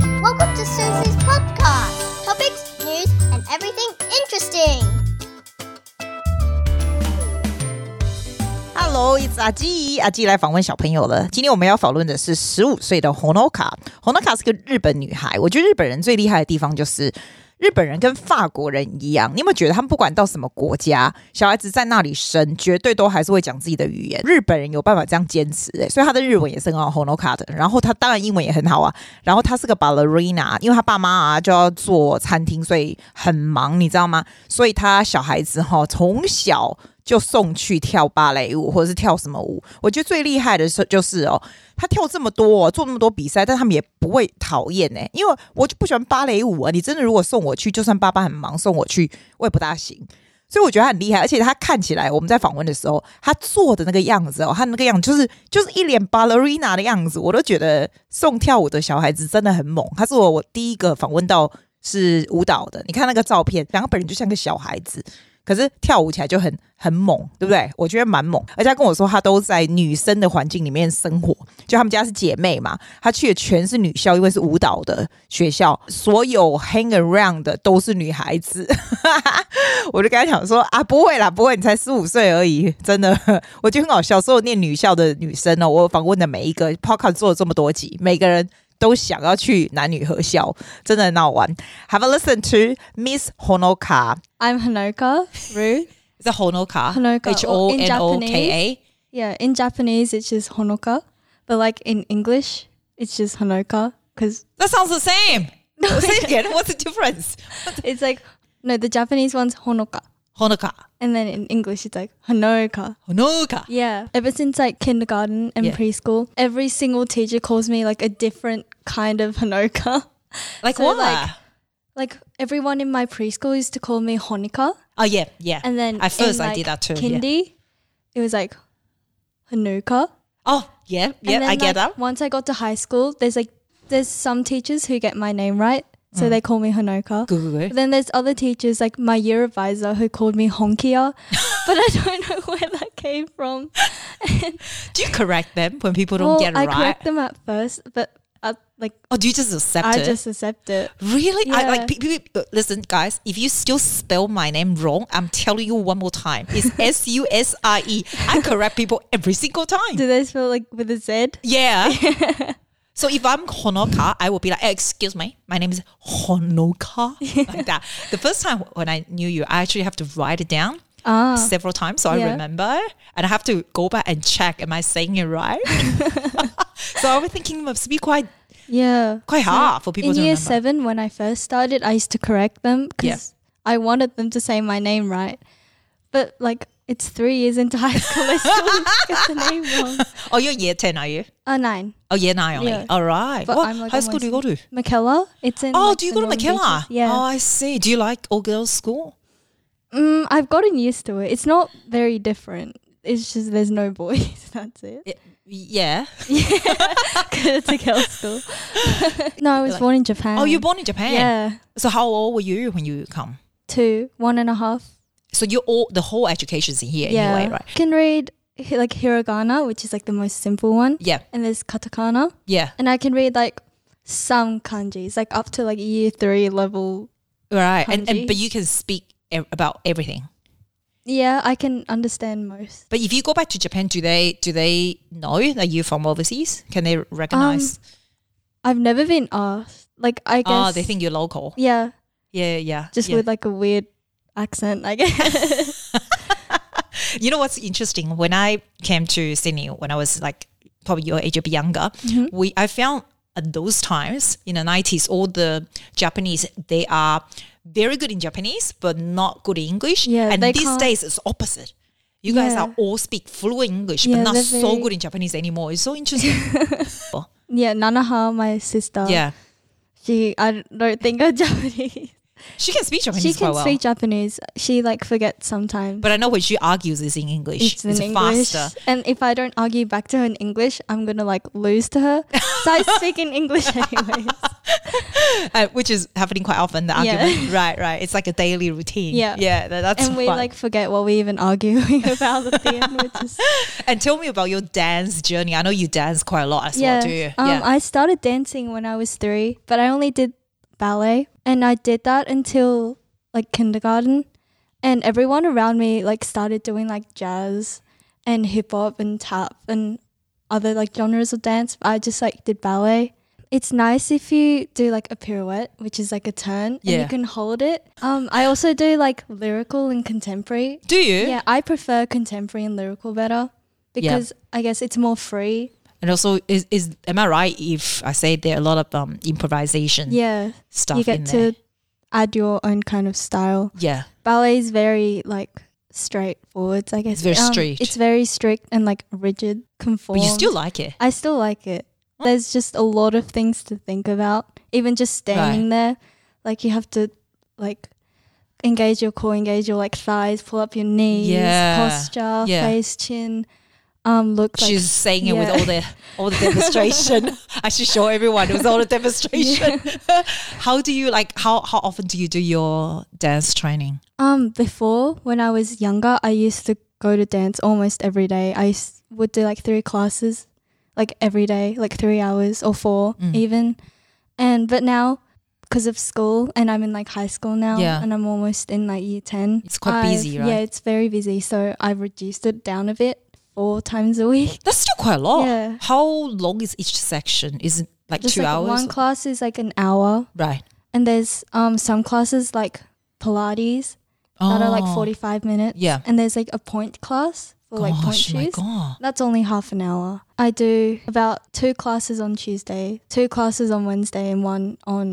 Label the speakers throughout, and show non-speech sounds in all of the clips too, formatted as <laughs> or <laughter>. Speaker 1: to Susie's podcast. Topics, news, and everything interesting.
Speaker 2: Hello，it's 阿基，阿基来访问小朋友了。今天我们要讨论的是十五岁的 Honoka。Honoka 是个日本女孩，我觉得日本人最厉害的地方就是。日本人跟法国人一样，你有没有觉得他们不管到什么国家，小孩子在那里生，绝对都还是会讲自己的语言。日本人有办法这样坚持、欸，所以他的日文也是很好，Honoka 的。然后他当然英文也很好啊，然后她是个 ballerina，因为她爸妈啊就要做餐厅，所以很忙，你知道吗？所以她小孩子哈、从小就送去跳芭蕾舞或者是跳什么舞。我觉得最厉害的是就是哦，她跳这么多、哦，做那么多比赛，但他们也不会讨厌呢、因为我就不喜欢芭蕾舞啊。你真的如果送我去，就算爸爸很忙送我去，我也不大行。所以我觉得她很厉害，而且她看起来，我们在访问的时候，她做的那个样子哦，她那个样子就是就是一脸 ballerina 的样子，我都觉得送跳舞的小孩子真的很猛。她是我我第一个访问到是舞蹈的，你看那个照片，然后本人就像个小孩子，可是跳舞起来就很很猛，对不对？我觉得蛮猛，而且她跟我说她都在女生的环境里面生活，就她们家是姐妹嘛，她去的全是女校，因为是舞蹈的学校，所有 hang around 的都是女孩子。 <laughs> 我就跟她讲说啊，不会啦，不会，你才十五岁而已，真的， <laughs> 我觉得很好笑。所有念女校的女生哦，我访问的每一个 podcast 做了这么多集，每个人。都想要去男女合校，真的很好玩。Have a listen to Miss Honoka.
Speaker 3: I'm Hanoka
Speaker 2: <laughs>
Speaker 3: Ru.
Speaker 2: Is it Honoka?
Speaker 3: Honoka,
Speaker 2: H O
Speaker 3: or in
Speaker 2: N O K
Speaker 3: yeah, in Japanese it's just Honoka, but like in English it's just Hanoka
Speaker 2: <laughs>
Speaker 3: because
Speaker 2: A. That sounds the
Speaker 3: <laughs>
Speaker 2: same. Say it again. What's the difference?
Speaker 3: it's like no, the Japanese one's Honoka,
Speaker 2: Honoka.
Speaker 3: and then in English it's like Hanoka.
Speaker 2: Honoka.
Speaker 3: Yeah. Ever since like kindergarten and
Speaker 2: Yeah.
Speaker 3: preschool, every single teacher calls me like a different kind of Hanoka.
Speaker 2: Like
Speaker 3: So,
Speaker 2: what?
Speaker 3: like- <laughs> Like everyone in my preschool used to call me Honika,
Speaker 2: oh yeah, yeah.
Speaker 3: and then
Speaker 2: at first
Speaker 3: in,
Speaker 2: I
Speaker 3: like,
Speaker 2: did that too. yeah.
Speaker 3: Kindy, it was like Hanuka.
Speaker 2: Oh yeah, yeah.
Speaker 3: And then,
Speaker 2: I get
Speaker 3: like,
Speaker 2: that.
Speaker 3: Once I got to high school, there's like there's some teachers who get my name right, so they call me Honoka.
Speaker 2: Mm. Good, good,
Speaker 3: But
Speaker 2: good.
Speaker 3: then there's other teachers like my year advisor who called me Honkia,
Speaker 2: <laughs>
Speaker 3: but I don't know where that came from.
Speaker 2: Do you correct them when people don't
Speaker 3: well,
Speaker 2: get it
Speaker 3: I
Speaker 2: right,
Speaker 3: correct them at first, but I, like
Speaker 2: or do you just accept
Speaker 3: I
Speaker 2: it?
Speaker 3: just accept it.
Speaker 2: Really? I
Speaker 3: Yeah.
Speaker 2: like pe- pe- pe- listen, guys. If you still spell my name wrong, I'm telling you one more time. It's S U S I E. I correct people every single time.
Speaker 3: Do they spell like with a Z?
Speaker 2: Yeah. <laughs> so if I'm Honoka, I will be like, "Eh, excuse me, my name is
Speaker 3: <laughs>
Speaker 2: Honoka, like that. The first time when I knew you, I actually have to write it down
Speaker 3: Ah,
Speaker 2: several times so I
Speaker 3: Yeah.
Speaker 2: remember, and I have to go back and check. Am I saying it
Speaker 3: <laughs>
Speaker 2: right? <laughs> so I was thinking it must be quite
Speaker 3: yeah.
Speaker 2: quite hard for people
Speaker 3: In
Speaker 2: to
Speaker 3: year
Speaker 2: remember.
Speaker 3: seven, when I first started, I used to correct them because
Speaker 2: Yeah.
Speaker 3: I wanted them to say my name right. But like, it's three years into high school,
Speaker 2: <laughs>
Speaker 3: I still get the name wrong.
Speaker 2: Oh, you're year ten, are you?
Speaker 3: Uh, nine.
Speaker 2: Oh, year nine only.
Speaker 3: Yeah.
Speaker 2: All right.
Speaker 3: But
Speaker 2: What
Speaker 3: I'm like
Speaker 2: high school do you go to?
Speaker 3: Makella. It's in.
Speaker 2: Oh,
Speaker 3: like,
Speaker 2: do you go
Speaker 3: the
Speaker 2: to
Speaker 3: Northern
Speaker 2: Makella?
Speaker 3: Beaches. Yeah.
Speaker 2: Oh, I see. Do you like all girls school?
Speaker 3: Mm, I've gotten used to it. It's not very different. It's just there's no boys. <laughs> That's it.
Speaker 2: Yeah.
Speaker 3: 'Cause it's a
Speaker 2: <laughs>
Speaker 3: girls' school. no, I was
Speaker 2: Like-
Speaker 3: born in Japan.
Speaker 2: Oh, you're born in Japan.
Speaker 3: Um, Yeah.
Speaker 2: So how old were you when you come?
Speaker 3: Two, one and a half.
Speaker 2: So you're all the whole education's in here
Speaker 3: yeah.
Speaker 2: anyway, right?
Speaker 3: Can read hi- like hiragana, which is like the most simple one.
Speaker 2: Yeah.
Speaker 3: And there's katakana.
Speaker 2: Yeah.
Speaker 3: And I can read like some kanjis, like up to like year three level.
Speaker 2: Right. And, and
Speaker 3: Kanji.
Speaker 2: but you can speak e- about everything.
Speaker 3: Yeah, I can understand most.
Speaker 2: But if you go back to Japan, do they do they know that you're from overseas? Can they recognize?
Speaker 3: Um, I've never been asked. Like I guess
Speaker 2: oh, they think you're local.
Speaker 3: Yeah.
Speaker 2: Yeah, yeah.
Speaker 3: Just
Speaker 2: yeah.
Speaker 3: with like a weird accent, I
Speaker 2: <laughs>
Speaker 3: guess.
Speaker 2: You know what's interesting? When I came to Sydney, when I was like probably your age or younger,
Speaker 3: Mm-hmm.
Speaker 2: we I found at those times in the nineties, all the Japanese they are very good in Japanese but not good in English.
Speaker 3: Yeah,
Speaker 2: and
Speaker 3: they
Speaker 2: these
Speaker 3: can't-
Speaker 2: days it's opposite. You guys
Speaker 3: Yeah.
Speaker 2: are all speak fluent English, but
Speaker 3: Yeah,
Speaker 2: not
Speaker 3: they're
Speaker 2: so
Speaker 3: very-
Speaker 2: good in Japanese anymore. It's
Speaker 3: <laughs>
Speaker 2: so interesting.
Speaker 3: yeah, Nanaha, my sister.
Speaker 2: yeah,
Speaker 3: She I don't think I'm <laughs> Japanese.
Speaker 2: she can speak Japanese
Speaker 3: she
Speaker 2: quite
Speaker 3: can
Speaker 2: well,
Speaker 3: speak Japanese. She like forgets sometimes.
Speaker 2: but I know when she argues is in English.
Speaker 3: it's in English. <laughs>
Speaker 2: faster.
Speaker 3: And if I don't argue back to her in English, I'm gonna like lose to
Speaker 2: <laughs>
Speaker 3: her. so I speak in English anyways.
Speaker 2: uh, which is happening quite often. The
Speaker 3: Yeah.
Speaker 2: argument, right, right. It's like a daily routine.
Speaker 3: Yeah.
Speaker 2: yeah. That, that's
Speaker 3: and we
Speaker 2: fun.
Speaker 3: like forget what we even arguing <laughs> about at the end, which is
Speaker 2: And tell me about your dance journey. I know you dance quite a lot as well, do you?
Speaker 3: Um, I started dancing when I was three, but I only did ballet. And I did that until like kindergarten. And everyone around me like started doing like jazz and hip hop and tap and other like genres of dance. I just like did ballet. It's nice if you do like a pirouette, which is like a turn, and
Speaker 4: Yeah.
Speaker 3: you can hold it. Um, I also do like lyrical and contemporary.
Speaker 4: Do you?
Speaker 3: Yeah, I prefer contemporary and lyrical better because I guess it's more free.
Speaker 2: And also, is is am I right if I say there are a lot of um improvisation
Speaker 3: Yeah,
Speaker 2: stuff
Speaker 3: you
Speaker 2: in
Speaker 3: get
Speaker 2: there?
Speaker 3: to add your own kind of style.
Speaker 2: Yeah,
Speaker 3: Ballet is very like straightforward, I guess. Um,
Speaker 2: It's very strict.
Speaker 3: It's very strict and like rigid,
Speaker 2: but
Speaker 3: conform.
Speaker 2: you still like it.
Speaker 3: I still like it. There's just a lot of things to think about. Even just standing there, like you have to like engage your core, engage your like thighs, pull up your knees,
Speaker 2: Yeah.
Speaker 3: posture,
Speaker 2: Yeah.
Speaker 3: face, chin, um, look. like-
Speaker 2: She's saying it with
Speaker 3: yeah.
Speaker 2: all the all the
Speaker 3: <laughs>
Speaker 2: demonstration. <laughs> I should show everyone it was all the demonstration. <laughs> how do you like? How how often do you do your dance training?
Speaker 3: Um, before when I was younger, I used to go to dance almost every day. I s- would do like three classes, like every day, like three hours or four
Speaker 2: Mm.
Speaker 3: even. And but now, because of school, and I'm in like high school now,
Speaker 2: Yeah.
Speaker 3: and I'm almost in like year ten.
Speaker 2: It's quite
Speaker 3: I've-
Speaker 2: busy, right?
Speaker 3: Yeah, it's very busy. So I've reduced it down a bit, four times a week.
Speaker 2: That's still quite a lot.
Speaker 3: Yeah.
Speaker 2: How long is each section? Is it like
Speaker 3: Just
Speaker 2: two
Speaker 3: like
Speaker 2: hours?
Speaker 3: one class is like an hour,
Speaker 2: right.
Speaker 3: and there's um some classes like Pilates that are like
Speaker 2: Oh,
Speaker 3: 45 minutes.
Speaker 2: Yeah.
Speaker 3: And there's like a point class for like point
Speaker 2: Gosh, my
Speaker 3: shoes.
Speaker 2: god.
Speaker 3: That's only half an hour. I do about two classes on Tuesday, two classes on Wednesday, and one on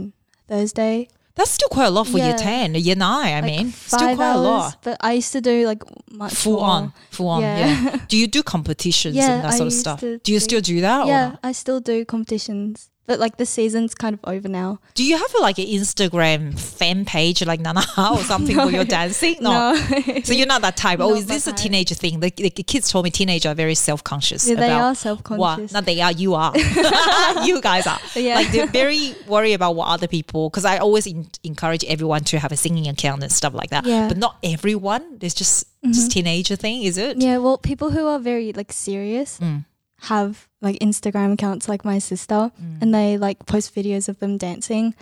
Speaker 3: Thursday.
Speaker 2: That's still quite a lot for year
Speaker 3: Yeah.
Speaker 2: 10, year 9, I
Speaker 3: Like
Speaker 2: mean. Still
Speaker 3: five
Speaker 2: quite a
Speaker 3: hours,
Speaker 2: lot.
Speaker 3: But I used to do like much
Speaker 2: Full
Speaker 3: more.
Speaker 2: on, full on, yeah.
Speaker 3: Yeah. <laughs>
Speaker 2: Do you do competitions
Speaker 3: Yeah,
Speaker 2: and that
Speaker 3: I
Speaker 2: sort of
Speaker 3: used
Speaker 2: stuff?
Speaker 3: to
Speaker 2: Do you
Speaker 3: do-
Speaker 2: still do that? or
Speaker 3: Yeah,
Speaker 2: not?
Speaker 3: I still do competitions. But like the season's kind of over now.
Speaker 2: Do you have like an Instagram fan page like Nana <laughs> or something where
Speaker 3: <laughs>
Speaker 2: you're dancing? No. So you're not that type. oh,
Speaker 3: Not
Speaker 2: is this
Speaker 3: that
Speaker 2: a
Speaker 3: type.
Speaker 2: teenager thing? The, the kids told me teenagers are very self conscious.
Speaker 3: Yeah, they are
Speaker 2: What?
Speaker 3: self-conscious.
Speaker 2: Not they are. You
Speaker 3: <laughs>
Speaker 2: are. <laughs> you guys are.
Speaker 3: Yeah.
Speaker 2: Like they're very worried about what other people. Because I always en- encourage everyone to have a singing account and stuff like that.
Speaker 3: Yeah. Mm-hmm.
Speaker 2: But not everyone. There's just just teenager thing, is it?
Speaker 3: Yeah, well, people who are very like serious
Speaker 2: Mm.
Speaker 3: have like Instagram accounts like my sister
Speaker 2: Mm.
Speaker 3: and they like post videos of them dancing.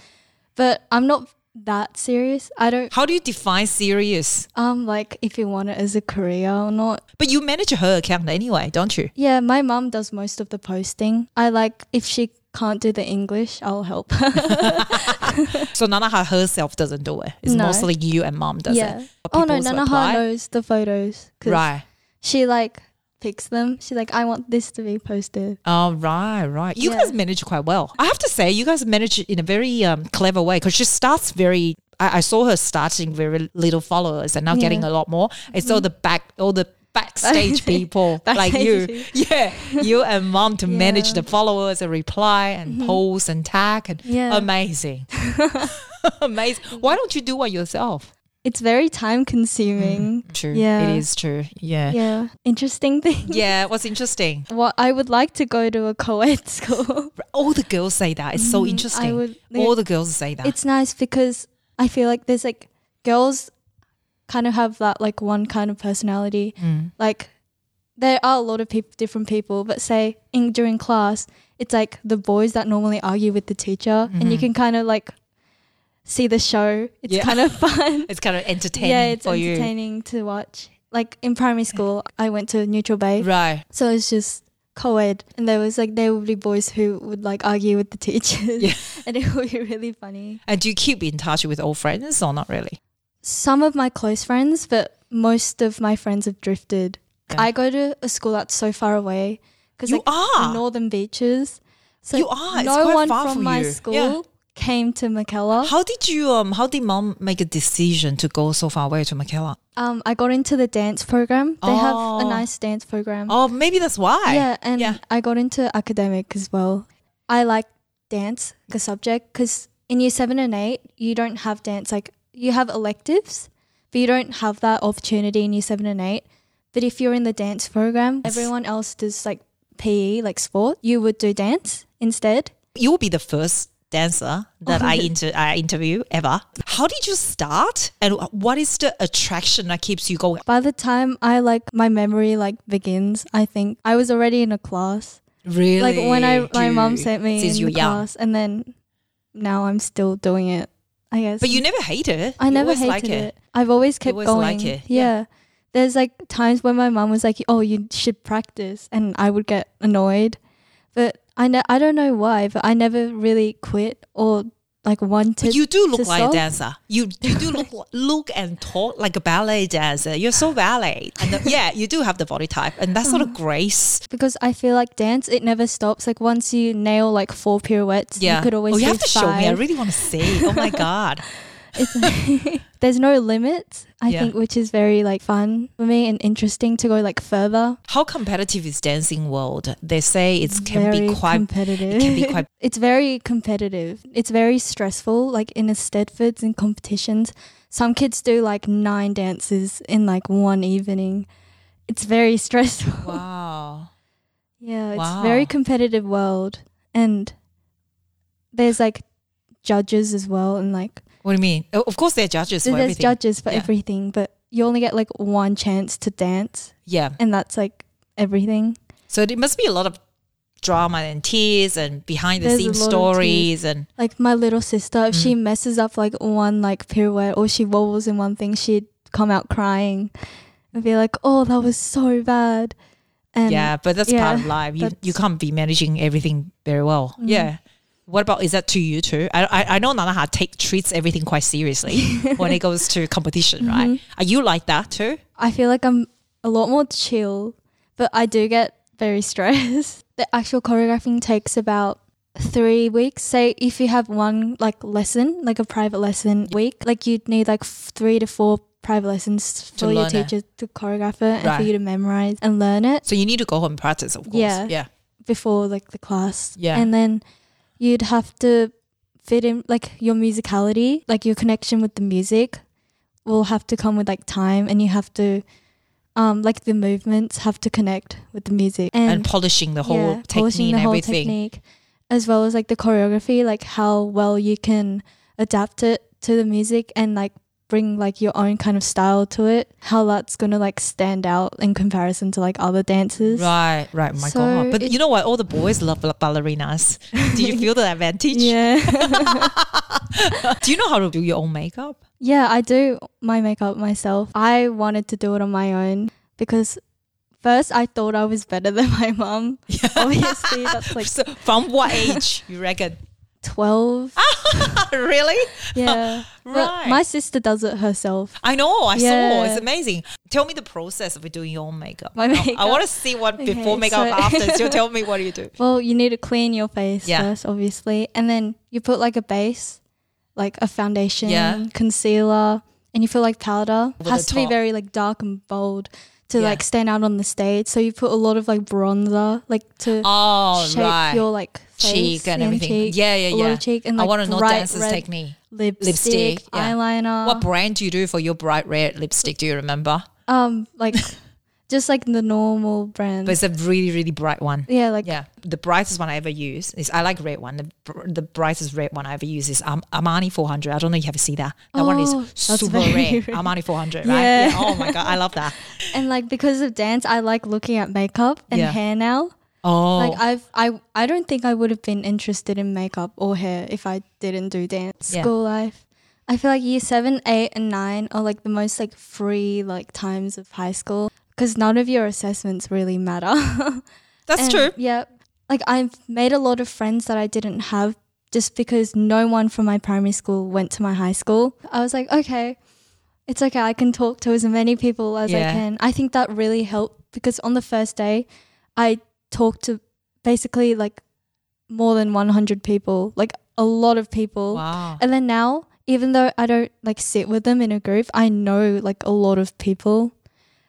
Speaker 3: But I'm not that serious. I don't
Speaker 2: How do you define serious?
Speaker 3: um like if you want it as a career or not.
Speaker 2: But you manage her account anyway, don't you?
Speaker 3: Yeah, my mum does most of the posting. I like if she can't do the English, I'll help her.
Speaker 2: So Nanaha herself doesn't do it. It's
Speaker 3: No.
Speaker 2: mostly you and mom <laughs> does
Speaker 3: yeah.
Speaker 2: it. But
Speaker 3: Oh no,
Speaker 2: people
Speaker 3: Nanaha
Speaker 2: apply.
Speaker 3: knows the photos 'cause
Speaker 2: Right.
Speaker 3: she like picks them. She's like, I want this to be posted. <laughs>
Speaker 2: Oh, right, right. You
Speaker 3: Yeah.
Speaker 2: guys manage quite well. I have to say, you guys manage in a very um, clever way because she starts very. I, I saw her starting very little followers and now getting a lot more. It's all the back, all the
Speaker 3: <laughs>
Speaker 2: backstage people like
Speaker 3: Mm-hmm.
Speaker 2: you.
Speaker 3: Backstage people.
Speaker 2: Yeah, you and mom to manage
Speaker 3: Yeah. Mm-hmm.
Speaker 2: the followers and reply and post and tag and
Speaker 3: Yeah. <laughs>
Speaker 2: amazing, <laughs> amazing. Why don't you do one yourself?
Speaker 3: It's very time consuming.
Speaker 2: True,
Speaker 3: Yeah.
Speaker 2: it is true. Yeah. yeah.
Speaker 3: Yeah. Interesting <laughs> thing.
Speaker 2: what's interesting?
Speaker 3: What I would like to go to a co-ed <laughs> school. Mm,
Speaker 2: All the girls say that. It's so interesting.
Speaker 3: Mm-hmm. would-
Speaker 2: All the girls say that.
Speaker 3: it's nice because I feel like there's like girls kind of have that like one kind of personality.
Speaker 2: Mm.
Speaker 3: Like there are a lot of peop different people, but say in during class, it's like the boys that normally argue with the teacher, and you can kind of like see the show. It's
Speaker 2: Mm-hmm. Yeah.
Speaker 3: kind of <laughs> fun.
Speaker 2: It's kind of <laughs> entertaining
Speaker 3: yeah, it's
Speaker 2: for
Speaker 3: entertaining to watch. Like in primary school, I went to Neutral Bay.
Speaker 2: you. Right.
Speaker 3: So it's just co-ed and there was like there would be boys who would like argue with the teachers
Speaker 2: Yeah.
Speaker 3: <laughs> and it would be really funny.
Speaker 2: And do you keep in touch with old friends or not really?
Speaker 3: Some of my close friends, but most of my friends have drifted.
Speaker 2: Okay.
Speaker 3: I go to a school that's so far away because
Speaker 2: You
Speaker 3: like
Speaker 2: are.
Speaker 3: the northern beaches. So
Speaker 2: You are. It's
Speaker 3: no
Speaker 2: quite
Speaker 3: one
Speaker 2: far
Speaker 3: from
Speaker 2: from
Speaker 3: my
Speaker 2: you. Yeah.
Speaker 3: school came to Macella.
Speaker 2: How did you um how did mom make a decision to go so far away to Makela?
Speaker 3: Um, I got into the dance program. They have
Speaker 2: Oh.
Speaker 3: a nice dance program.
Speaker 2: Oh, maybe that's why.
Speaker 3: Yeah, and
Speaker 2: yeah.
Speaker 3: I got into academic as well. I like dance, the subject, because in year seven and eight, you don't have dance. Like, you have electives, but you don't have that opportunity in year seven and eight. But if you're in the dance program, everyone else does like PE, like sport, you would do dance instead.
Speaker 2: You'll be the first dancer that
Speaker 3: <laughs>
Speaker 2: I inter- I interview ever. How did you start? And what is the attraction that keeps you going?
Speaker 3: By the time I like my memory like begins, I think I was already in a class.
Speaker 2: Really?
Speaker 3: Like when I my mom
Speaker 2: Dude.
Speaker 3: sent me
Speaker 2: Since
Speaker 3: in
Speaker 2: you're
Speaker 3: the
Speaker 2: young.
Speaker 3: class, and then now I'm still doing it. I guess.
Speaker 2: But you never hate it.
Speaker 3: I
Speaker 2: You
Speaker 3: never
Speaker 2: always like
Speaker 3: hated it. I've always kept
Speaker 2: always
Speaker 3: going.
Speaker 2: like it, yeah.
Speaker 3: Yeah. There's like times when my mum was like, "Oh, you should practice," and I would get annoyed, but I ne- I don't know why, but I never really quit or like wanted.
Speaker 2: But you do look
Speaker 3: to
Speaker 2: like a
Speaker 3: stop.
Speaker 2: dancer. You you do
Speaker 3: <laughs>
Speaker 2: look look and talk like a ballet dancer. You're so ballet, and the- yeah, you do have the body type, and that sort of
Speaker 3: Oh.
Speaker 2: grace.
Speaker 3: because I feel like dance it never stops. Like once you nail like four pirouettes,
Speaker 2: Yeah,
Speaker 3: you could always.
Speaker 2: Oh, you
Speaker 3: do
Speaker 2: have to show me. I
Speaker 3: five.
Speaker 2: really want to see. Oh
Speaker 3: <laughs>
Speaker 2: my god.
Speaker 3: It's- <laughs> There's no limits, I
Speaker 2: Yeah.
Speaker 3: think, which is very like fun for me and interesting to go like further.
Speaker 2: How competitive is dancing world? They say it can
Speaker 3: very
Speaker 2: be quite
Speaker 3: competitive.
Speaker 2: it can be quite
Speaker 3: it's very competitive. It's very stressful, like in a Stedfords and competitions. Some kids do like nine dances in like one evening. It's very <laughs> stressful.
Speaker 2: wow.
Speaker 3: Yeah, it's
Speaker 2: Wow.
Speaker 3: very competitive world. And there's like judges as well and like
Speaker 2: What do you mean? Oh, Of course, they're judges for
Speaker 3: there's
Speaker 2: everything.
Speaker 3: judges for
Speaker 2: Yeah.
Speaker 3: everything, but you only get like one chance to dance
Speaker 2: yeah,
Speaker 3: and that's like everything.
Speaker 2: so it must be a lot of drama and tears and behind the
Speaker 3: There's
Speaker 2: scenes
Speaker 3: a lot of tears.
Speaker 2: stories and
Speaker 3: Like my little sister, if
Speaker 2: Mm.
Speaker 3: she messes up like one like pirouette or she wobbles in one thing, she'd come out crying and be like, "Oh, that was so bad." And
Speaker 2: yeah, but that's
Speaker 3: yeah,
Speaker 2: part of life. You you
Speaker 3: that's- Mm-hmm.
Speaker 2: can't be managing everything very well. Yeah. What about is that to you too? I I, I know Nanaha take treats everything quite
Speaker 3: <laughs>
Speaker 2: seriously when it goes to competition, right?
Speaker 3: Mm-hmm.
Speaker 2: Are you like that too?
Speaker 3: I feel like I'm a lot more chill, but I do get very <laughs> stressed. The actual choreographing takes about three weeks. Say if you have one like lesson, like a private lesson week, like you'd need like f- three to four private lessons
Speaker 2: To
Speaker 3: for your
Speaker 2: learn it.
Speaker 3: teacher to choreograph it and
Speaker 2: Right.
Speaker 3: for you to memorize and learn it.
Speaker 2: So you need to go home and practice, of course.
Speaker 3: Yeah.
Speaker 2: Yeah.
Speaker 3: before like the class.
Speaker 2: Yeah.
Speaker 3: And then you'd have to fit in like your musicality, like your connection with the music will have to come with like time and you have to um like the movements have to connect with the music
Speaker 2: And,
Speaker 3: and,
Speaker 2: polishing the whole
Speaker 3: yeah,
Speaker 2: technique
Speaker 3: polishing the
Speaker 2: and
Speaker 3: whole
Speaker 2: everything.
Speaker 3: technique as well as like the choreography, like how well you can adapt it to the music and like bring like your own kind of style to it, how that's gonna like stand out in comparison to like other dances.
Speaker 2: Right, right. My
Speaker 3: So
Speaker 2: God. But
Speaker 3: it-
Speaker 2: you know what? All the boys love ball- ballerinas. Do
Speaker 3: <laughs>
Speaker 2: you feel the advantage?
Speaker 3: Yeah.
Speaker 2: <laughs>
Speaker 3: <laughs>
Speaker 2: Do you know how to do your own makeup?
Speaker 3: Yeah, I do my makeup myself. I wanted to do it on my own because first I thought I was better <laughs> than my mum. Obviously, that's
Speaker 2: <laughs>
Speaker 3: like
Speaker 2: So from
Speaker 3: <laughs>
Speaker 2: what age you reckon? <laughs>
Speaker 3: 12.
Speaker 2: really?
Speaker 3: Yeah.
Speaker 2: Right.
Speaker 3: But my sister does it herself.
Speaker 2: I know. I saw.
Speaker 3: Yeah.
Speaker 2: It's amazing. Tell me the process of doing your own makeup.
Speaker 3: My
Speaker 2: I- I,
Speaker 3: makeup?
Speaker 2: want to see what before
Speaker 3: Okay,
Speaker 2: makeup
Speaker 3: so-
Speaker 2: after.
Speaker 3: <laughs>
Speaker 2: So tell me what do you do?
Speaker 3: Well, you need to clean your face
Speaker 2: Yeah.
Speaker 3: first, obviously. And then you put like a base, like a foundation,
Speaker 2: Yeah.
Speaker 3: concealer, and you feel like powder.
Speaker 2: Over
Speaker 3: Has
Speaker 2: the
Speaker 3: to be
Speaker 2: top.
Speaker 3: very like dark and bold to
Speaker 2: Yeah.
Speaker 3: like stand out on the stage. So you put a lot of like bronzer, like to
Speaker 2: Oh
Speaker 3: shape
Speaker 2: right,
Speaker 3: your like face,
Speaker 2: cheek and
Speaker 3: yeah,
Speaker 2: everything.
Speaker 3: cheek,
Speaker 2: yeah, yeah,
Speaker 3: a lot
Speaker 2: yeah.
Speaker 3: of cheek and
Speaker 2: I
Speaker 3: like
Speaker 2: want to know
Speaker 3: bright
Speaker 2: dancer's
Speaker 3: red Uh.
Speaker 2: technique.
Speaker 3: lipstick,
Speaker 2: Lipstick, yeah.
Speaker 3: eyeliner.
Speaker 2: What brand do you do for your bright red lipstick? Do you remember?
Speaker 3: um, like <laughs> just like the normal brand.
Speaker 2: But it's a really, really bright one.
Speaker 3: yeah, like
Speaker 2: Yeah, the brightest one I ever use is I like red one. The, br- the brightest red one I ever use is um, Armani 400. I don't know if you ever see that. That one
Speaker 3: Oh,
Speaker 2: is
Speaker 3: that's
Speaker 2: super
Speaker 3: very <laughs>
Speaker 2: red.
Speaker 3: red.
Speaker 2: Armani 400, right?
Speaker 3: Yeah.
Speaker 2: yeah. Oh my god, I love that.
Speaker 3: and like because of dance, I like looking at makeup and
Speaker 2: Yeah.
Speaker 3: hair now.
Speaker 2: Oh,
Speaker 3: <laughs> Like I've I I don't think I would have been interested in makeup or hair if I didn't do dance.
Speaker 2: Yeah.
Speaker 3: School life. I feel like year seven, eight, and nine are like the most like free like times of high school because none of your assessments really matter. <laughs>
Speaker 2: that's
Speaker 3: And,
Speaker 2: true.
Speaker 3: Yeah. Like I've made a lot of friends that I didn't have just because no one from my primary school went to my high school. I was like, okay, it's okay. I can talk to as many people as
Speaker 2: Yeah.
Speaker 3: I can. I think that really helped because on the first day, I talked to basically like more than 100 people, like a lot of people.
Speaker 2: Wow.
Speaker 3: And then now, even though I don't like sit with them in a group, I know like a lot of people.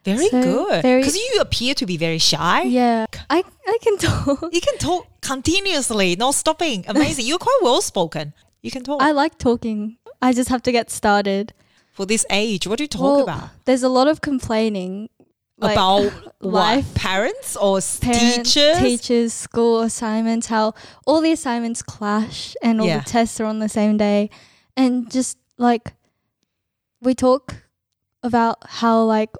Speaker 2: Very
Speaker 3: So,
Speaker 2: good.
Speaker 3: very-
Speaker 2: Because you appear to be very shy.
Speaker 3: Yeah. I, I can <laughs> talk.
Speaker 2: You can talk continuously, no stopping. Amazing. You're quite well spoken. You can talk.
Speaker 3: I like talking. I just have to get started.
Speaker 2: For this age, what do you talk
Speaker 3: Well,
Speaker 2: about?
Speaker 3: There's a lot of complaining like,
Speaker 2: about what?
Speaker 3: life,
Speaker 2: Parents or s-
Speaker 3: Parents,
Speaker 2: teachers?
Speaker 3: teachers, school assignments, how all the assignments clash and all
Speaker 2: Yeah.
Speaker 3: the tests are on the same day. And just like we talk about how like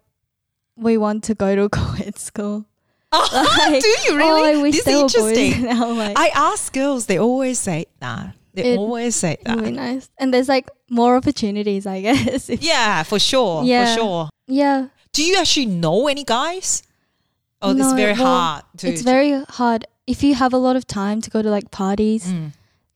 Speaker 3: we want to go to <laughs> a co-ed school.
Speaker 2: <laughs> Oh,
Speaker 3: Like,
Speaker 2: <laughs> do you
Speaker 3: Oh,
Speaker 2: really?
Speaker 3: <laughs> I wish
Speaker 2: this
Speaker 3: they
Speaker 2: is
Speaker 3: were boys <laughs>
Speaker 2: interesting.
Speaker 3: now. Like,
Speaker 2: I ask girls, they always say, nah, They
Speaker 3: It-
Speaker 2: always say that.
Speaker 3: Really nice. And there's like more opportunities, I <laughs> guess. If,
Speaker 2: Yeah, for sure.
Speaker 3: Yeah.
Speaker 2: For sure.
Speaker 3: yeah.
Speaker 2: Do you actually know any guys? Oh, it's
Speaker 3: No,
Speaker 2: very
Speaker 3: well,
Speaker 2: hard to.
Speaker 3: It's very hard. If you have a lot of time to go to like parties,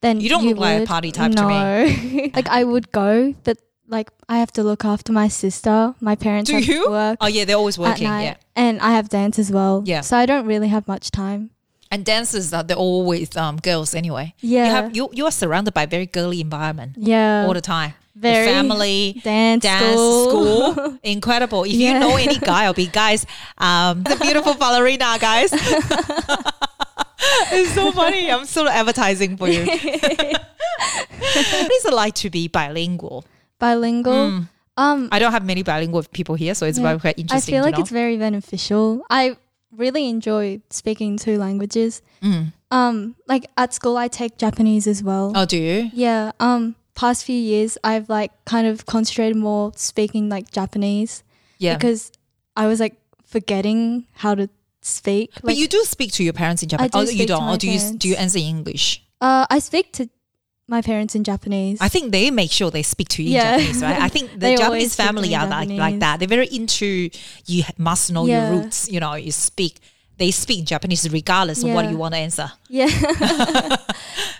Speaker 3: then
Speaker 2: Mm. You don't look like a
Speaker 3: would-
Speaker 2: party type to
Speaker 3: no.
Speaker 2: me.
Speaker 3: <laughs>
Speaker 2: <laughs>
Speaker 3: like I would go, but like I have to look after my sister. My parents
Speaker 2: <laughs> do
Speaker 3: have
Speaker 2: you?
Speaker 3: work
Speaker 2: Oh, yeah, they're always
Speaker 3: at
Speaker 2: working.
Speaker 3: night,
Speaker 2: Yeah.
Speaker 3: and I have dance as well.
Speaker 2: Yeah.
Speaker 3: so I don't really have much time.
Speaker 2: And dancers, are they're always um, girls anyway.
Speaker 3: Yeah,
Speaker 2: You, have, you, you are surrounded by a very girly environment
Speaker 3: yeah,
Speaker 2: all the time.
Speaker 3: very
Speaker 2: Your
Speaker 3: <laughs>
Speaker 2: family,
Speaker 3: dance,
Speaker 2: dance
Speaker 3: school.
Speaker 2: school.
Speaker 3: <laughs>
Speaker 2: Incredible. If
Speaker 3: Yeah.
Speaker 2: you know any guy or be guys, um, the
Speaker 3: <laughs>
Speaker 2: beautiful ballerina guys. it's so funny. I'm still advertising for you.
Speaker 3: <laughs>
Speaker 2: what is it like to be bilingual?
Speaker 3: bilingual. Um,
Speaker 2: Mm. I don't have many bilingual people here, so it's
Speaker 3: Yeah.
Speaker 2: quite
Speaker 3: I
Speaker 2: interesting.
Speaker 3: feel
Speaker 2: to
Speaker 3: like
Speaker 2: know.
Speaker 3: it's very beneficial. I really enjoy speaking two languages.
Speaker 2: Mm.
Speaker 3: Um, like at school, I take Japanese as well.
Speaker 2: Oh, do you?
Speaker 3: Yeah. Um, past few years, I've like kind of concentrated more speaking like Japanese
Speaker 2: Yeah.
Speaker 3: because I was like forgetting how to speak. Like,
Speaker 2: but you do speak to your parents in Japanese.
Speaker 3: do
Speaker 2: Oh, you
Speaker 3: speak to
Speaker 2: don't.
Speaker 3: my
Speaker 2: Or do you
Speaker 3: parents.
Speaker 2: do you answer in English?
Speaker 3: uh, I speak to my parents in Japanese.
Speaker 2: I think they make sure they speak to you
Speaker 3: Yeah.
Speaker 2: in Japanese, right? I
Speaker 3: <laughs>
Speaker 2: think the
Speaker 3: They always
Speaker 2: Japanese
Speaker 3: speak to
Speaker 2: family
Speaker 3: me in
Speaker 2: are like, like
Speaker 3: Japanese.
Speaker 2: that. They're very into you ha- must know your
Speaker 3: Yeah.
Speaker 2: roots. You know, you speak. They speak Japanese regardless of what
Speaker 3: Yeah.
Speaker 2: you want to answer. <laughs>
Speaker 3: yeah.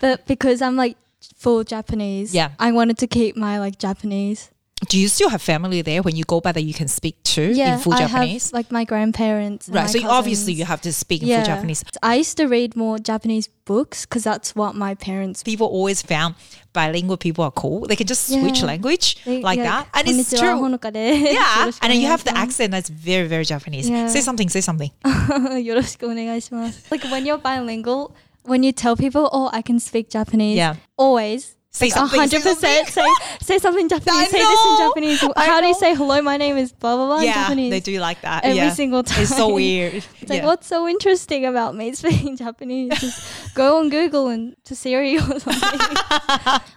Speaker 3: but because I'm like full Japanese,
Speaker 2: Yeah.
Speaker 3: I wanted to keep my like Japanese.
Speaker 2: Do you still have family there when you go back that you can speak to
Speaker 3: Yeah,
Speaker 2: in full
Speaker 3: I
Speaker 2: Japanese?
Speaker 3: have like my grandparents. and my
Speaker 2: right. So you- obviously
Speaker 3: cousins.
Speaker 2: you have to speak in
Speaker 3: Yeah.
Speaker 2: full Japanese.
Speaker 3: I used to read more Japanese books because that's what my parents.
Speaker 2: People always found bilingual people are cool. They can just switch
Speaker 3: Yeah.
Speaker 2: language
Speaker 3: they-
Speaker 2: like
Speaker 3: yeah,
Speaker 2: that. And it's
Speaker 3: "Konnichiwa,
Speaker 2: true.
Speaker 3: Honokaです。 <laughs>
Speaker 2: Yeah. And then you have the
Speaker 3: よろしくお願い
Speaker 2: accent
Speaker 3: します。
Speaker 2: that's very, very Japanese.
Speaker 3: Yeah.
Speaker 2: Say something, say
Speaker 3: <laughs>
Speaker 2: something. <laughs>
Speaker 3: よろしくお願いします. Like when you're bilingual, when you tell people, "Oh, I can speak Japanese,"
Speaker 2: Yeah.
Speaker 3: always.
Speaker 2: Say something. say
Speaker 3: 100% say,
Speaker 2: something.
Speaker 3: say
Speaker 2: <laughs>
Speaker 3: something Japanese. Say this in
Speaker 2: know.
Speaker 3: Japanese.
Speaker 2: I
Speaker 3: How do you
Speaker 2: know.
Speaker 3: say hello? My name is blah blah blah in
Speaker 2: yeah,
Speaker 3: Japanese.
Speaker 2: they do like that.
Speaker 3: every
Speaker 2: yeah.
Speaker 3: single time. <laughs>
Speaker 2: It's so weird.
Speaker 3: It's like,
Speaker 2: Yeah.
Speaker 3: what's so interesting about me
Speaker 2: <laughs>
Speaker 3: speaking <laughs> Japanese? Just go on Google and to Siri or something.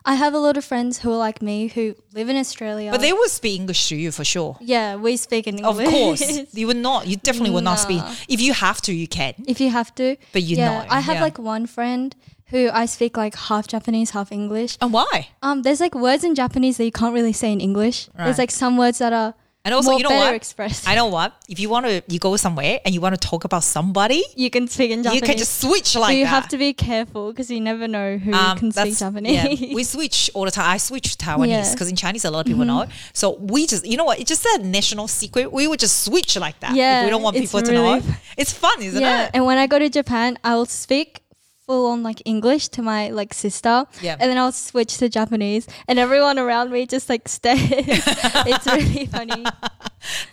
Speaker 3: I have a lot of friends who are like me who live in Australia.
Speaker 2: But they will speak English to you for sure.
Speaker 3: yeah, we speak in
Speaker 2: Of
Speaker 3: English. <laughs>
Speaker 2: course, you would not. You definitely would not speak.
Speaker 3: Nah.
Speaker 2: If you have to, you can.
Speaker 3: if you have to.
Speaker 2: But you
Speaker 3: yeah,
Speaker 2: know,
Speaker 3: I have
Speaker 2: yeah.
Speaker 3: like one friend who I speak like half Japanese, half English.
Speaker 2: And why?
Speaker 3: Um, there's like words in Japanese that you can't really say in English. There's
Speaker 2: Right.
Speaker 3: like some words that are
Speaker 2: And also,
Speaker 3: more
Speaker 2: you know
Speaker 3: better
Speaker 2: what?
Speaker 3: expressed.
Speaker 2: I know what. If you want to, you go somewhere and you want to talk about somebody,
Speaker 3: <laughs> you can speak in Japanese.
Speaker 2: you can just switch like
Speaker 3: so you
Speaker 2: that. Um,
Speaker 3: have to be careful because you never know who can
Speaker 2: that's-
Speaker 3: speak
Speaker 2: yeah,
Speaker 3: Japanese. <laughs>
Speaker 2: we switch all the time. I switch to Taiwanese
Speaker 3: Yeah. Mm-hmm.
Speaker 2: because in Chinese a lot of people know it. So we just, you know what? It's just a national secret. We would just switch like that. if
Speaker 3: Yeah,
Speaker 2: we don't want
Speaker 3: it's
Speaker 2: people to know.
Speaker 3: really
Speaker 2: it. It's fun, isn't
Speaker 3: yeah,
Speaker 2: it?
Speaker 3: and when I go to Japan, I'll speak full on like English to my like sister,
Speaker 2: Yeah.
Speaker 3: and then I'll switch to Japanese, and everyone around me just like <laughs> stares.
Speaker 2: <laughs>
Speaker 3: it's really funny.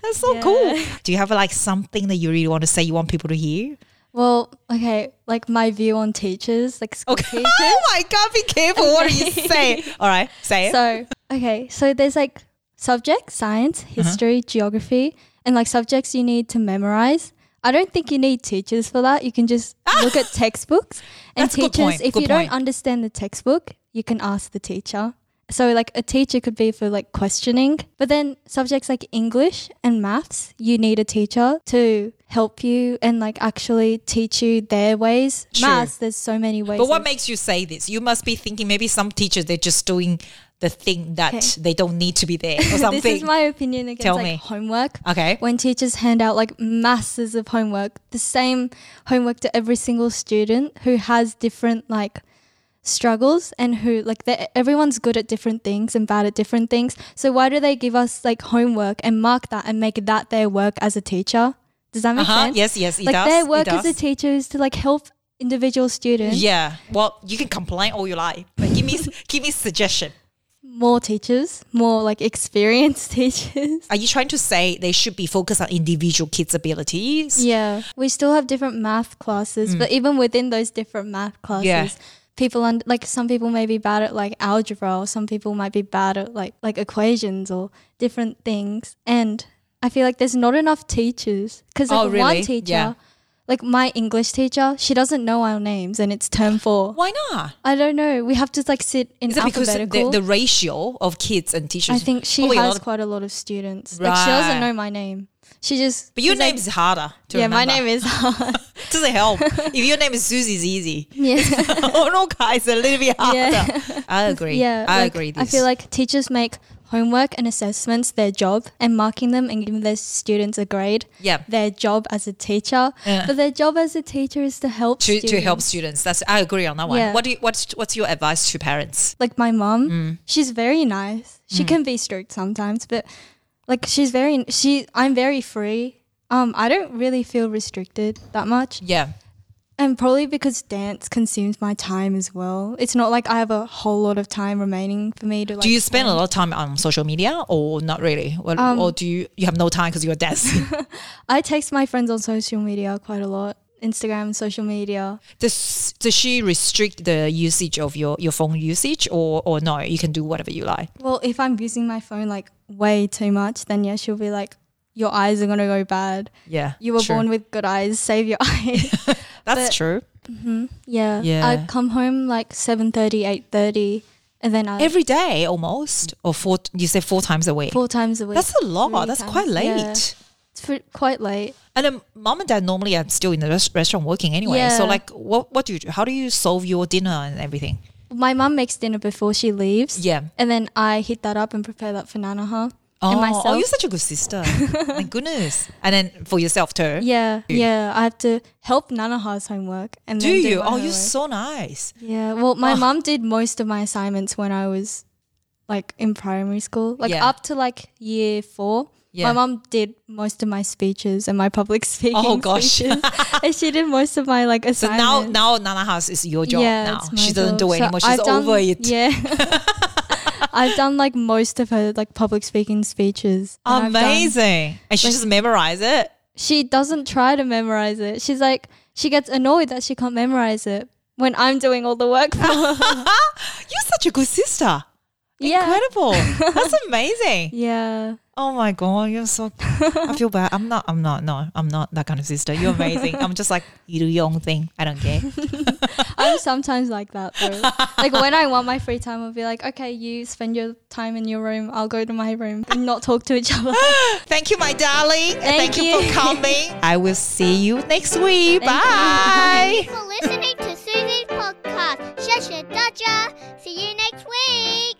Speaker 2: That's so
Speaker 3: Yeah.
Speaker 2: cool. Do you have like something that you really want to say you want people to hear?
Speaker 3: Well, okay, like my view on teachers, like school
Speaker 2: Okay.
Speaker 3: teachers.
Speaker 2: <laughs> Oh my God, be careful what do you say. All right, say it.
Speaker 3: so okay, so there's like subjects, science,
Speaker 2: Uh-huh.
Speaker 3: history, geography, and like subjects you need to memorize. I don't think you need teachers for that. You can just look at
Speaker 2: <laughs>
Speaker 3: textbooks
Speaker 2: Ah!
Speaker 3: and
Speaker 2: That's a good
Speaker 3: teachers.
Speaker 2: point,
Speaker 3: If
Speaker 2: good
Speaker 3: you
Speaker 2: point.
Speaker 3: don't understand the textbook, you can ask the teacher. So like a teacher could be for like questioning, but then subjects like English and maths, you need a teacher to help you and like actually teach you their ways.
Speaker 2: True.
Speaker 3: Maths, there's so many ways.
Speaker 2: but what
Speaker 3: of-
Speaker 2: makes you say this? You must be thinking maybe some teachers, they're just doing the thing that
Speaker 3: Okay.
Speaker 2: they don't need to be there or something.
Speaker 3: <laughs> This is my opinion against
Speaker 2: Tell me.
Speaker 3: like homework.
Speaker 2: okay.
Speaker 3: When teachers hand out like masses of homework, the same homework to every single student who has different like struggles and who like they're- everyone's good at different things and bad at different things. So why do they give us like homework and mark that and make that their work as a teacher? Does that make
Speaker 2: Uh-huh.
Speaker 3: sense?
Speaker 2: Yes, yes, it
Speaker 3: like
Speaker 2: does.
Speaker 3: their
Speaker 2: it
Speaker 3: work as a
Speaker 2: does.
Speaker 3: teacher is to like help individual students.
Speaker 2: Yeah. Well, you can complain all you like, but give
Speaker 3: <laughs>
Speaker 2: me give me suggestion.
Speaker 3: More teachers, more like experienced <laughs> teachers.
Speaker 2: Are you trying to say they should be focused on individual kids' abilities?
Speaker 3: <laughs> Yeah, we still have different math classes, but even within those different math classes,
Speaker 2: Mm. Yeah.
Speaker 3: people und- like some people may be bad at like algebra, or some people might be bad at like like equations or different things. And I feel like there's not enough teachers because like
Speaker 2: Oh, really?
Speaker 3: one teacher,
Speaker 2: Yeah.
Speaker 3: like my English teacher, she doesn't know our names, and it's term four.
Speaker 2: Why not?
Speaker 3: I don't know. We have to like sit in
Speaker 2: Is it because the,
Speaker 3: alphabetical.
Speaker 2: the ratio of kids and teachers?
Speaker 3: I think she
Speaker 2: probably a lot
Speaker 3: has
Speaker 2: of-
Speaker 3: quite a lot of students. Like she
Speaker 2: Right.
Speaker 3: doesn't know my name. She just
Speaker 2: But your
Speaker 3: she's like,
Speaker 2: name is harder to
Speaker 3: yeah, my
Speaker 2: remember.
Speaker 3: name is <laughs>
Speaker 4: Doesn't help. If your name is Susie, it's easy.
Speaker 2: <laughs>
Speaker 3: Yeah.
Speaker 2: Oh,
Speaker 4: Honoka is a little bit harder.
Speaker 3: Yeah.
Speaker 2: I agree.
Speaker 3: yeah.
Speaker 2: I
Speaker 3: like,
Speaker 2: agree. This.
Speaker 3: I feel like teachers make homework and assessments their job and marking them and giving their students a grade
Speaker 2: yeah.
Speaker 3: their job as a teacher.
Speaker 2: Yeah.
Speaker 3: But their job as a teacher is to help
Speaker 2: To, to help
Speaker 3: students.
Speaker 2: students. That's I agree on that one.
Speaker 3: Yeah.
Speaker 2: What do you, what's what's your advice to parents?
Speaker 3: Like my mom,
Speaker 2: Mm.
Speaker 3: she's very nice. She can be strict sometimes, but like she's very she I'm very free. Um I don't really feel restricted that much.
Speaker 2: Yeah.
Speaker 3: And probably because dance consumes my time as well. It's not like I have a whole lot of time remaining for me to like
Speaker 2: do you spend a lot of time on social media or not really? What,
Speaker 3: Um,
Speaker 2: or do you you have no time because you're
Speaker 3: <laughs>
Speaker 2: dancing?
Speaker 3: I text my friends on social media quite a lot. Instagram, social media.
Speaker 2: does does she restrict the usage of your, your phone usage or or no? You can do whatever you like.
Speaker 3: Well, if I'm using my phone like way too much, then yeah, she'll be like, Your eyes are gonna go bad.
Speaker 2: Yeah.
Speaker 3: You were
Speaker 2: true.
Speaker 3: born with good eyes, save your <laughs> eyes.
Speaker 2: That's
Speaker 3: but-
Speaker 2: true.
Speaker 3: yeah.
Speaker 2: <laughs> Yeah.
Speaker 3: I come home like 7.30, 8.30 and then I
Speaker 2: Every day almost or four you say four times a week.
Speaker 3: four times a week.
Speaker 2: That's a lot.
Speaker 3: three
Speaker 2: That's
Speaker 3: times.
Speaker 2: quite late.
Speaker 3: Yeah. It's pre- quite late.
Speaker 2: And then mom and dad normally are still in the res- restaurant working anyway. So
Speaker 3: Yeah.
Speaker 2: like, what what do you do? How do you solve your dinner and everything?
Speaker 3: My mum makes dinner before she leaves.
Speaker 2: Yeah.
Speaker 3: And then I hit that up and prepare that for Nanaha
Speaker 2: Oh,
Speaker 3: and
Speaker 2: oh,
Speaker 3: myself.
Speaker 2: you're such a good
Speaker 3: <laughs>
Speaker 2: sister. My goodness. And then for yourself too.
Speaker 3: yeah, yeah. I have to help Nanaha's homework. And
Speaker 2: Do
Speaker 3: then
Speaker 2: you?
Speaker 3: my
Speaker 2: oh, you're
Speaker 3: homework.
Speaker 2: so Oh. nice.
Speaker 3: Yeah. Well, my mum did most of my assignments when I was like in primary school, like
Speaker 2: Yeah.
Speaker 3: up to like year four.
Speaker 2: Yeah.
Speaker 3: My mum did most of my speeches and my public <laughs> speaking.
Speaker 2: Oh, gosh.
Speaker 3: speeches. <laughs> and she did most of my like
Speaker 2: So now,
Speaker 3: assignments.
Speaker 2: now Nana House is your job.
Speaker 3: yeah,
Speaker 2: now
Speaker 3: it's my
Speaker 2: she doesn't
Speaker 3: job.
Speaker 2: do it
Speaker 3: So
Speaker 2: anymore. She's
Speaker 3: I've done-
Speaker 2: over it.
Speaker 3: <laughs> Yeah.
Speaker 2: <laughs>
Speaker 3: I've done like most of her like public speaking speeches. and I've done-
Speaker 2: Amazing. And she just memorize it.
Speaker 3: she doesn't try to memorize it. She's like she gets annoyed that she can't memorize it when I'm doing all the work for her.
Speaker 2: You're such a good sister.
Speaker 3: yeah.
Speaker 2: Incredible.
Speaker 3: <laughs>
Speaker 2: That's amazing.
Speaker 3: Yeah.
Speaker 2: Oh my god, you're so. <laughs> I feel bad. I'm not. I'm not. No, I'm not that kind of sister. You're amazing. I'm just like <laughs> you do your own thing. I don't
Speaker 3: <laughs>
Speaker 2: care.
Speaker 3: I'm sometimes like that though. like when I want my free time, I'll be like, okay, you spend your time in your room. I'll go to my room and not talk to each other.
Speaker 2: Thank you, my darling. Thank,
Speaker 3: Thank
Speaker 2: you.
Speaker 3: you.
Speaker 2: for coming. I will see you next week.
Speaker 3: Thank
Speaker 2: Bye.
Speaker 3: you.
Speaker 1: Thanks for listening to Susie's podcast. Shasha Dodger. See you next week.